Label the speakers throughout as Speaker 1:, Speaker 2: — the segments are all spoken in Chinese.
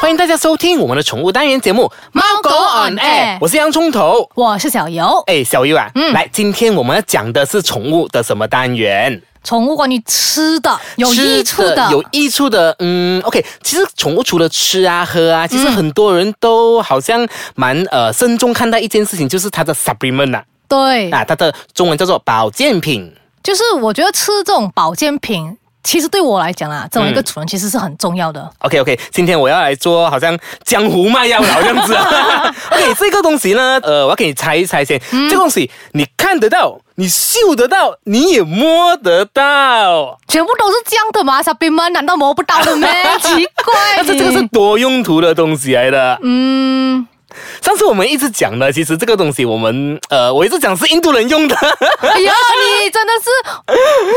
Speaker 1: 欢迎大家收听我们的宠物单元节目《猫狗 on air》，我是洋葱头。
Speaker 2: 我是小游。
Speaker 1: 哎，小优啊，
Speaker 2: 嗯
Speaker 1: 来，今天我们要讲的是宠物的什么单元？
Speaker 2: 宠物关于吃的有
Speaker 1: 吃
Speaker 2: 益处的，
Speaker 1: 有益处的。嗯，OK，其实宠物除了吃啊、喝啊，其实
Speaker 2: 嗯
Speaker 1: 很多人都好像蛮呃慎重看待一件事情，就是它的 supplement 啊，
Speaker 2: 对，
Speaker 1: 啊，它的中文叫做保健品。
Speaker 2: 就是我觉得吃这种保健品，其实对我来讲啊，作为一个主人其实是很重要的。
Speaker 1: OK OK，今天我要来做好像江湖卖药佬这样子、啊。OK，这个东西呢，呃，我要给你猜一猜先。这个东西你看得到，你嗅得到，你也摸得到。
Speaker 2: 全部都是这样的吗？小兵们难道摸不到 的吗？奇怪
Speaker 1: 但
Speaker 2: 你，
Speaker 1: 是这个是多用途的东西来的。
Speaker 2: 嗯，
Speaker 1: 上次我们一直讲的，其实这个东西我们呃，我一直讲是印度人用的。
Speaker 2: 哎呀，你真的是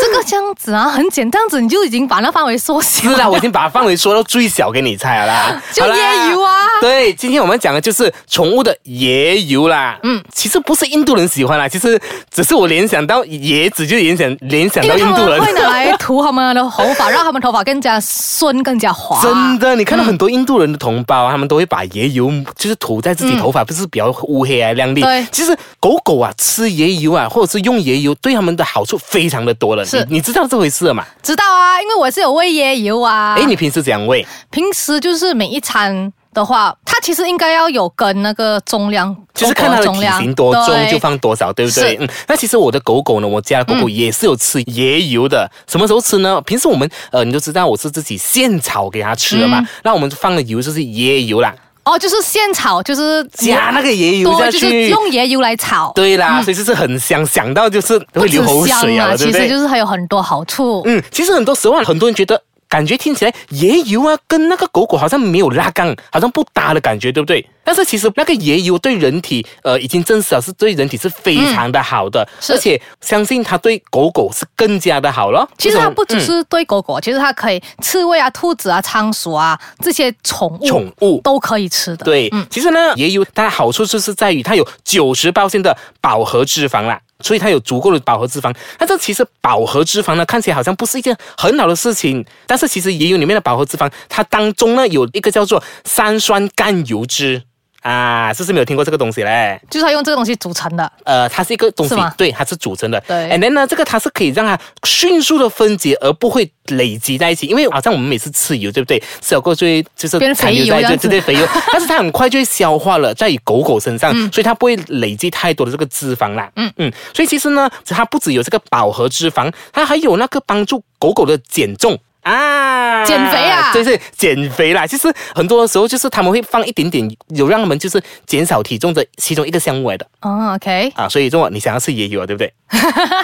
Speaker 2: 这个这样子啊，很简单，这样子你就已经把那范围缩小
Speaker 1: 是啦，我已经把它范围缩到最小给你猜了啦。
Speaker 2: 就
Speaker 1: 好啦
Speaker 2: 椰油啊
Speaker 1: 对，今天我们讲的就是宠物的椰油啦。嗯，其实不是印度人喜欢啦，其实只是我联想到椰子就联想联想
Speaker 2: 因
Speaker 1: 到
Speaker 2: 为
Speaker 1: 印
Speaker 2: 哎他
Speaker 1: 度
Speaker 2: 们会拿
Speaker 1: 人。
Speaker 2: 来涂他们的头发，让他们头发更加顺、更加滑。
Speaker 1: 真的，你看到很多印度人的同胞啊，他们都会把椰油就是涂在自己头发，不是比较乌黑啊亮丽。
Speaker 2: 嗯对
Speaker 1: 其实狗狗啊吃椰油啊，或者是用椰油，对它们的好处非常的多了。
Speaker 2: 是
Speaker 1: 你你知道这回事了嘛？
Speaker 2: 知道啊，因为我是有喂椰油啊。
Speaker 1: 哎、你平时怎样喂？
Speaker 2: 平时就是每一餐的话，它其实应该要有跟那个重量，
Speaker 1: 就是看它的
Speaker 2: 狗狗
Speaker 1: 体型多重
Speaker 2: 啊对
Speaker 1: 就放多少，对不对
Speaker 2: 是？嗯
Speaker 1: 嗯，那其实我的狗狗呢，我家的狗狗也是有吃椰油的。什么时候吃呢？平时我们呃，你都知道我是自己现炒给它吃的
Speaker 2: 嗯
Speaker 1: 嘛，那我们放的油就是椰油啦，
Speaker 2: 哦，就是现炒，就是
Speaker 1: 加那个椰油下
Speaker 2: 多，嗯就是
Speaker 1: 去。
Speaker 2: 用椰油来炒，
Speaker 1: 对啦，所以就是很香，想到就是会
Speaker 2: 不止
Speaker 1: 流口水
Speaker 2: 香
Speaker 1: 啊，对
Speaker 2: 其
Speaker 1: 不
Speaker 2: 实
Speaker 1: 对
Speaker 2: 就？是还有很多好处。
Speaker 1: 嗯，其实很多时候啊很多人觉得。感觉听起来椰油啊，跟那个狗狗好像没有拉杠，好像不搭的感觉，对不对？但是其实那个椰油对人体，呃，已经证实了是对人体是非常的好的，
Speaker 2: 嗯是
Speaker 1: 而且相信它对狗狗是更加的好咯。嗯
Speaker 2: 其实
Speaker 1: 为什
Speaker 2: 它
Speaker 1: 么
Speaker 2: 不只是对狗狗，其实它可以刺猬啊、兔子啊、仓鼠啊这些宠物
Speaker 1: 宠物
Speaker 2: 都可以吃的。
Speaker 1: 对，其实呢，椰油它的好处就是在于它有九十八的饱和脂肪啦。所以它有足够的饱和脂肪，但这其实饱和脂肪呢，看起来好像不是一件很好的事情，但是其实椰油里面的饱和脂肪，它当中呢有一个叫做三酸甘油脂啊，是不是没有听过这个东西嘞？
Speaker 2: 就是它用这个东西组成的。
Speaker 1: 呃，它是一个东西
Speaker 2: 是吗，
Speaker 1: 对，它是组成的。
Speaker 2: 对
Speaker 1: and then 呢，这个它是可以让它迅速的分解，而不会累积在一起。因为好像我们每次吃油，对不对？吃了过后就会就是
Speaker 2: 变成
Speaker 1: 残
Speaker 2: 肥
Speaker 1: 留在
Speaker 2: 油这
Speaker 1: 对
Speaker 2: 样子
Speaker 1: 对对肥 油，但是它很快就会消化了，在于狗狗身上，
Speaker 2: 嗯
Speaker 1: 所以它不会累积太多的这个脂肪啦。嗯嗯，所以其实呢，它不只有这个饱和脂肪，它还有那个帮助狗狗的减重。啊，
Speaker 2: 减肥啊
Speaker 1: 对对，减肥啦。其实很多时候就是他们会放一点点，有让他们就是减少体重的其中一个项目来的。
Speaker 2: 嗯，OK，
Speaker 1: 啊，所以这么你想要吃也有啊，对不对？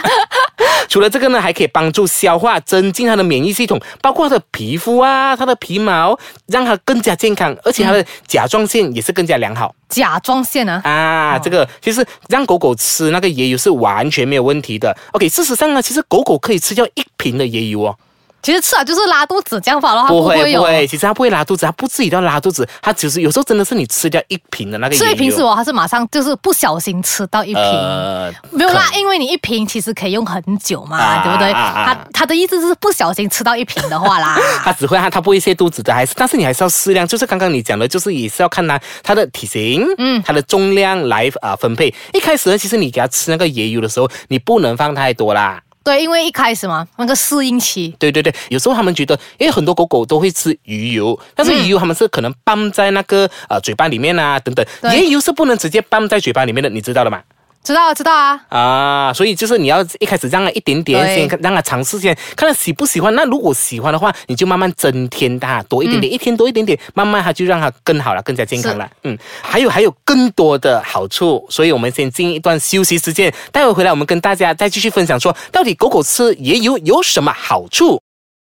Speaker 1: 除了这个呢，还可以帮助消化，增进它的免疫系统，包括它的皮肤啊，它的皮毛，让它更加健康，而且它的甲状腺也是更加良好、
Speaker 2: 甲状腺啊，
Speaker 1: 啊。这个其实让狗狗吃那个椰油是完全没有问题的。OK，事实上呢，其实狗狗可以吃掉一瓶的椰油哦，
Speaker 2: 其实吃了就是拉肚子这样法的话，
Speaker 1: 不会
Speaker 2: 啊有
Speaker 1: 不。会，其实它不会拉肚子，它不自己要拉肚子，它只是有时候真的是你吃掉一瓶的那个椰油。
Speaker 2: 所以平时我还是马上就是不小心吃到一瓶，
Speaker 1: 呃，
Speaker 2: 没有啦
Speaker 1: 可，
Speaker 2: 因为你一瓶其实可以用很久嘛，
Speaker 1: 啊
Speaker 2: 对不对？
Speaker 1: 啊啊
Speaker 2: 他他的意思是不小心吃到一瓶的 话啦，
Speaker 1: 它只会它它不会泻肚子的，还是但是你还是要适量，就是刚刚你讲的，就是也是要看它它的体型，嗯，它的重量来啊、呃分配。一开始呢，其实你给它吃那个椰油的时候，你不能放太多啦。
Speaker 2: 对，因为一开始嘛，那个适应期，
Speaker 1: 对对对，有时候他们觉得，因为很多狗狗都会吃鱼油，但是鱼油他们是可能拌在那个呃嘴巴里面啊等等，
Speaker 2: 对
Speaker 1: 椰油是不能直接拌在嘴巴里面的，你知道的吗？
Speaker 2: 知道啊知道啊，
Speaker 1: 啊，所以就是你要一开始让它一点点
Speaker 2: 对
Speaker 1: 先看让它尝试先，看它喜不喜欢。那如果喜欢的话，你就慢慢增添它多一点点，一天多一点点，慢慢它就让它更好了，更加健康了。嗯，还有还有更多的好处，所以我们先进一段休息时间，待会回来我们跟大家再继续分享说，到底狗狗吃椰油有什么好处。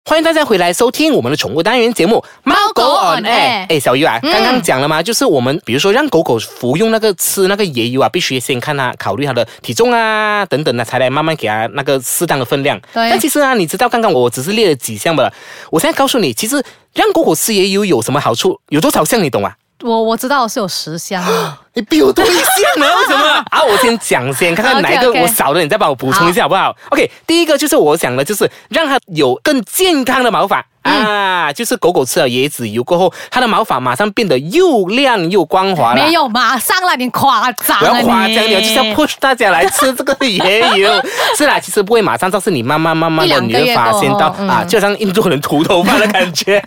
Speaker 1: 欢迎大家回来收听我们的宠物单元节目《猫狗
Speaker 2: 狗
Speaker 1: on
Speaker 2: on
Speaker 1: air
Speaker 2: air》。
Speaker 1: 哎，小鱼啊，刚刚讲了嘛，就是我们比如说让狗狗服用那个吃那个椰油啊，必须先看它考虑它的体重啊等等的，才来慢慢给它那个适当的分量。
Speaker 2: 对
Speaker 1: 但其实啊，你知道刚刚我只是列了几项吧，我现在告诉你，其实让狗狗吃椰油有什么好处，有多少项你懂吗？啊
Speaker 2: 我我知道我是有 十箱的，
Speaker 1: 你哎比我多 一项呢？为什么？啊，我先讲先，看看
Speaker 2: 啊 OK，OK
Speaker 1: 哪一个我少的，你再帮我补充一下好不好？OK，第一个就是我讲的，就是让它有更健康的毛发。
Speaker 2: 嗯
Speaker 1: 啊，就是狗狗吃了椰子油过后，它的毛发马上变得又亮又光滑了。
Speaker 2: 没有马上啦，你夸张
Speaker 1: 我要
Speaker 2: 了你，
Speaker 1: 夸张了，就是要 push 大家来吃这个椰 油。是啦，其实不会马上，但是你慢慢慢慢
Speaker 2: 一
Speaker 1: 的，
Speaker 2: 两
Speaker 1: 你
Speaker 2: 个
Speaker 1: 会
Speaker 2: 月
Speaker 1: 发
Speaker 2: 过
Speaker 1: 现
Speaker 2: 后
Speaker 1: 到、啊，
Speaker 2: 嗯
Speaker 1: 就像印度人涂头发的感觉。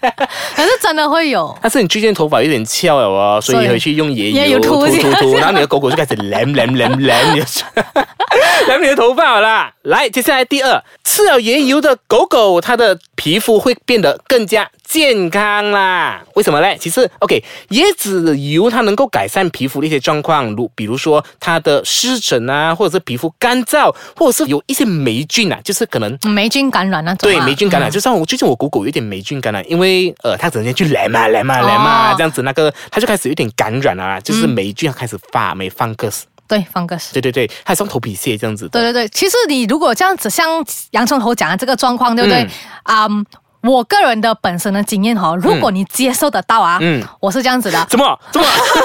Speaker 2: 可是真的会有。
Speaker 1: 啊但是你最近头发有点翘了哦，所以
Speaker 2: 所以
Speaker 1: 回去用椰
Speaker 2: 椰
Speaker 1: 油
Speaker 2: 油
Speaker 1: 涂
Speaker 2: 涂一下
Speaker 1: 涂涂，然后你的狗狗就开始舔舔舔舔你的，舔你的头发好啦。来，接下来第二，吃了椰油的狗狗，它的皮肤会变得更加健康啦。为什么嘞？其实，OK，椰子油它能够改善皮肤的一些状况，如比如说它的湿疹啊，或者是皮肤干燥，或者是有一些霉菌啊，就是可能
Speaker 2: 嗯霉菌感染那种啊、
Speaker 1: 对，霉菌感染，就像我最近我狗狗有点霉菌感染，因为呃，它整天去来嘛来嘛来嘛、
Speaker 2: 哦
Speaker 1: 这样子，那个它就开始有点感染了啦，就是霉菌它开始发霉 fungus，
Speaker 2: 嗯对方格斯。
Speaker 1: 对对对，还像头皮屑这样子的。
Speaker 2: 对对对，其实你如果这样子，像洋葱头讲的这个状况，对不对？
Speaker 1: 嗯
Speaker 2: 啊、我个人的本身的经验哈、哦，如果你接受得到啊，
Speaker 1: 嗯，
Speaker 2: 我是这样子 的
Speaker 1: 怎么怎么？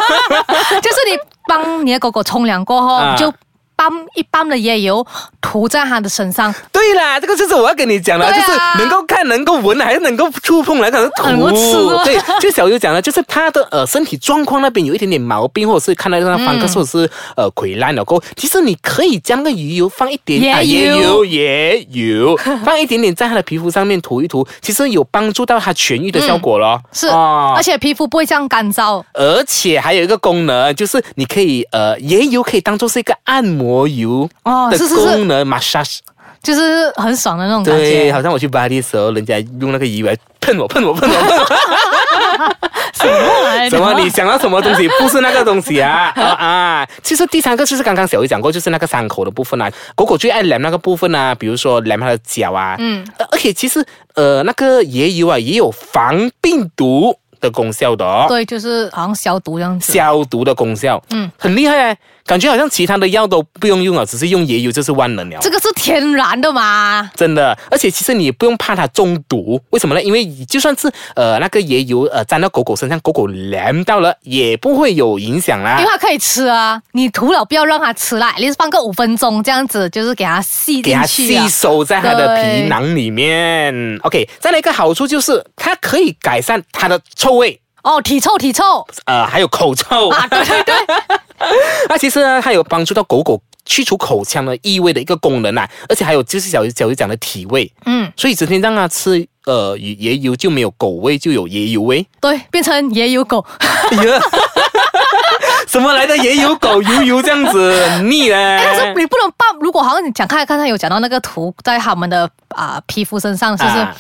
Speaker 2: 就是你帮你的狗狗冲凉过后，
Speaker 1: 啊
Speaker 2: 就帮一般的椰油涂在它的身上，
Speaker 1: 对啦，这个就是我要跟你讲的，
Speaker 2: 对
Speaker 1: 就
Speaker 2: 啊
Speaker 1: 是能够看、能够闻，还是能够触碰来，可能
Speaker 2: 能够吃
Speaker 1: 涂。
Speaker 2: 啊
Speaker 1: 对，就小优讲的，就是他的呃身体状况那边有一点点毛病，或者是看到那方克，或者是呃溃烂了过后，其实你可以将那个鱼油放一点
Speaker 2: 椰
Speaker 1: 啊椰油
Speaker 2: 油
Speaker 1: 椰 油放一点点在他的皮肤上面涂一涂，其实有帮助到他痊愈的效果咯。
Speaker 2: 嗯是，
Speaker 1: 哦
Speaker 2: 而且皮肤不会这样干燥。
Speaker 1: 而且还有一个功能，就是你可以呃，椰油可以当做是一个按摩油
Speaker 2: 哦
Speaker 1: 的
Speaker 2: 是是是
Speaker 1: 功能 massage。
Speaker 2: 就是很
Speaker 1: 嗯
Speaker 2: 爽的那种感
Speaker 1: 对，
Speaker 2: 觉，
Speaker 1: 好像我去巴黎的时候，人家用那个鱼来喷我，喷我，喷我， 喷我。
Speaker 2: 什么 来
Speaker 1: 什
Speaker 2: 的
Speaker 1: 么？哎你想到什么东西？不是那个东西啊！啊啊！其实第三个就是刚刚小鱼讲过，就是那个伤口的部分啊，狗狗最爱舔那个部分啊，比如说舔它的脚啊。嗯。而且其实呃，那个椰油啊，也有防病毒的功效的哦。
Speaker 2: 对，就是好像消毒这样子。
Speaker 1: 消毒的功效，嗯，很厉害欸，感觉好像其他的药都不用用了，只是用椰油就是万能了。
Speaker 2: 这个是天然的嘛？
Speaker 1: 真的，而且其实你也不用怕它中毒，为什么呢？因为就算是呃那个椰油呃沾到狗狗身上，狗狗凉到了也不会有影响啦
Speaker 2: 因为。它可以吃啊，你涂了不要让它吃啦，你放个五分钟这样子，就是给它吸
Speaker 1: 给
Speaker 2: 进
Speaker 1: 它
Speaker 2: 去
Speaker 1: 吸
Speaker 2: 啊。
Speaker 1: 收在它的
Speaker 2: 对
Speaker 1: 皮囊里面。OK，再来一个好处就是它可以改善它的臭味，
Speaker 2: 哦，体臭体臭
Speaker 1: 呃，还有口臭。
Speaker 2: 啊，对对对，
Speaker 1: 那其实呢，它有帮助到狗狗去除口腔的异味的一个功能啊，而且还有就是小鱼小鱼讲的体味，
Speaker 2: 嗯，
Speaker 1: 所以整天让它吃呃椰油就没有狗味，就有椰油味。
Speaker 2: 对，变成野有狗，
Speaker 1: 哎呀， 什么来的也有狗油油这样子，很腻嘞
Speaker 2: 但是哎你不能把，如果好像你讲看，刚才有讲到那个涂在他们的啊、皮肤身上，是不是？
Speaker 1: 啊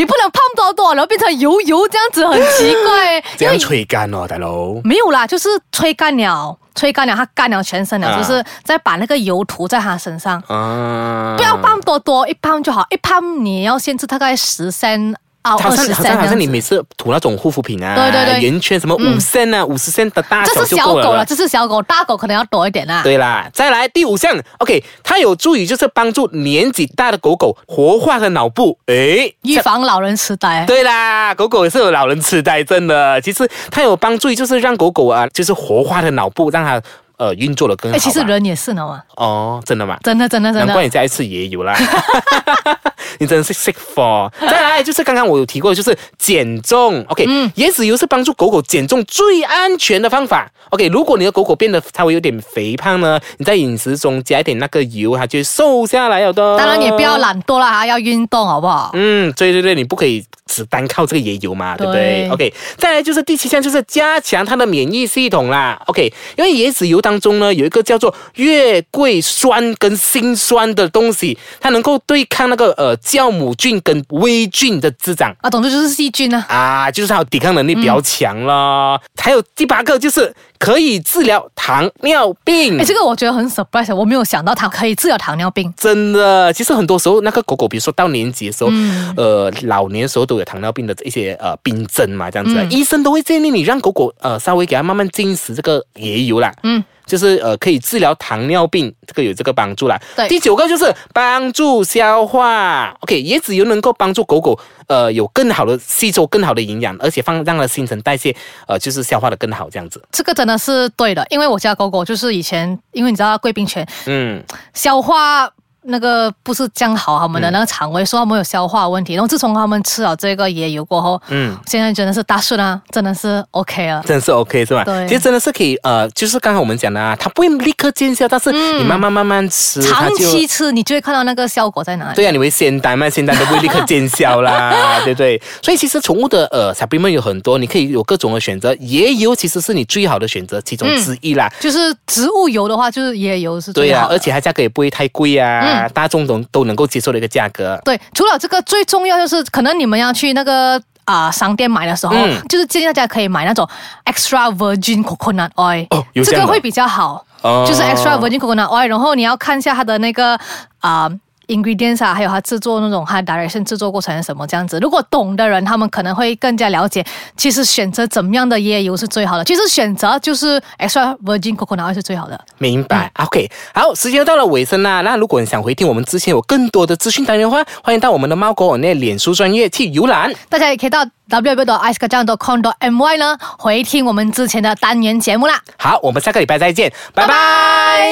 Speaker 2: 你不能胖多多，然后变成油油这样子，很奇 怪，
Speaker 1: 这
Speaker 2: 因
Speaker 1: 样
Speaker 2: 为
Speaker 1: 吹干哦，大佬。
Speaker 2: 没有啦，就是吹干了，吹干了，它干了全身了，
Speaker 1: 啊
Speaker 2: 就是再把那个油涂在它身上，
Speaker 1: 啊！
Speaker 2: 不要胖多多，一磅就好，一磅你要限制大概十三啊
Speaker 1: 好
Speaker 2: 二
Speaker 1: 像
Speaker 2: 十
Speaker 1: 好
Speaker 2: 三
Speaker 1: 像好
Speaker 2: 这
Speaker 1: 像
Speaker 2: 样
Speaker 1: 你
Speaker 2: 子。
Speaker 1: 每次涂那种护肤品啊，
Speaker 2: 对对对
Speaker 1: 圆圈什么五升啊、五十升的大小
Speaker 2: 这是
Speaker 1: 就
Speaker 2: 小
Speaker 1: 够
Speaker 2: 狗啊
Speaker 1: 了
Speaker 2: 了，。这是小狗，大狗可能要多一点啊啦。
Speaker 1: 对啦，再来第五项，OK，它有助于就是帮助年纪大的狗狗活化的脑部。诶，
Speaker 2: 预防老人痴呆。
Speaker 1: 对啦，狗狗也是有老人痴呆症的。其实它有帮助，就是让狗狗啊，就是活化的脑部，让它呃运作的更好
Speaker 2: 哎，
Speaker 1: 吧。
Speaker 2: 其实人也是呢嘛，
Speaker 1: 哦，真的吗？
Speaker 2: 真的真的真
Speaker 1: 难怪
Speaker 2: 的。
Speaker 1: 你再一次也有啦， 你真的是 sick for。再来就是刚刚我有提过，就是减重。OK，、椰
Speaker 2: 嗯
Speaker 1: 子油是帮助狗狗减重最安全的方法。OK，如果你的狗狗变得稍微有点肥胖呢，你在饮食中加一点那个油，它就会瘦下来了的。
Speaker 2: 当然也不要。懒惰啦，还要运动，好不好？
Speaker 1: 哦嗯，对对对，你不可以只单靠这个椰油嘛，对不对
Speaker 2: 对
Speaker 1: o k 再来就是第七项，就是加强它的免疫系统啦。OK，因为椰子油当中呢有一个叫做月桂酸跟辛酸的东西，它能够对抗那个呃酵母菌跟微菌的滋长。
Speaker 2: 啊，总之就是细菌啊。
Speaker 1: 啊，就是它有抵抗能力比较强
Speaker 2: 嗯
Speaker 1: 啦。还有第八个就是可以治疗糖尿病。
Speaker 2: 哎，这个我觉得很 surprise，我没有想到它可以治疗糖尿病。
Speaker 1: 真的，其实很多时候那个狗狗，比如说到年纪的时候，
Speaker 2: 嗯
Speaker 1: 呃，老年的时候都有糖尿病的一些呃病
Speaker 2: 嗯
Speaker 1: 症嘛，这样子啊，医生都会建议你让狗狗呃稍微给它慢慢进食这个椰油啦。
Speaker 2: 嗯，
Speaker 1: 就是呃可以治疗糖尿病，这个有这个帮助啦。
Speaker 2: 对
Speaker 1: 第九个就是帮助消化，OK，椰子油能够帮助狗狗呃有更好的吸收更好的营养，而且放让它的新陈代谢呃就是消化的更好这样子。
Speaker 2: 这个真的是对的，因为我家狗狗就是以前，因为你知道贵宾犬
Speaker 1: 嗯，
Speaker 2: 消化那个不是这样好，他们
Speaker 1: 嗯
Speaker 2: 的那个肠胃，说他们有消化问题。然后自从他们吃了这个椰油过后，
Speaker 1: 嗯，
Speaker 2: 现在真的是大顺啊，真的是 OK 了。
Speaker 1: 真是 OK 是吧？
Speaker 2: 对
Speaker 1: 其实真的是可以呃，就是刚才我们讲的啊，它不会立刻见效，但是你慢慢慢慢吃，它
Speaker 2: 嗯长
Speaker 1: 就
Speaker 2: 期吃，你就会看到那个效果在哪里。
Speaker 1: 对啊，你会仙丹嘛？仙丹都不会立刻见效 啦，对不对？所以其实宠物的呃 supplement 有很多，你可以有各种的选择，椰油其实是你最好的选择其中之一啦。
Speaker 2: 就是植物油的话，就是椰油是
Speaker 1: 对
Speaker 2: 嗯最
Speaker 1: 呀、
Speaker 2: 好
Speaker 1: 啊，
Speaker 2: 的。嗯
Speaker 1: 而且它价格也不会太贵啊，大众都都能够接受的一个价格。
Speaker 2: 对，除了这个，最重要就是可能你们要去那个。啊、商店买的时候，
Speaker 1: 嗯
Speaker 2: 就是建议大家可以买那种 extra virgin coconut oil，、
Speaker 1: 哦有这
Speaker 2: 这
Speaker 1: 样的
Speaker 2: 个会比较好，
Speaker 1: 哦
Speaker 2: 就是 extra virgin coconut oil。然后你要看一下它的那个啊、ingredients 啊，还有它制作那种它 direction 制作过程是什么这样子。如果懂的人，他们可能会更加了解，其实选择怎么样的椰油是最好的。其实选择就是 extra virgin coconut oil 是最好的。
Speaker 1: 明白、o
Speaker 2: 嗯
Speaker 1: k 好，时间又到了尾声啦。那如果你想回听我们之前有更多的资讯单元的话，欢迎到我们的猫狗网内脸书专业去浏览。
Speaker 2: 大家也可以到 www.icekajang.com.my 呢回听我们之前的单元节目啦。
Speaker 1: 好，我们下个礼拜再见，拜拜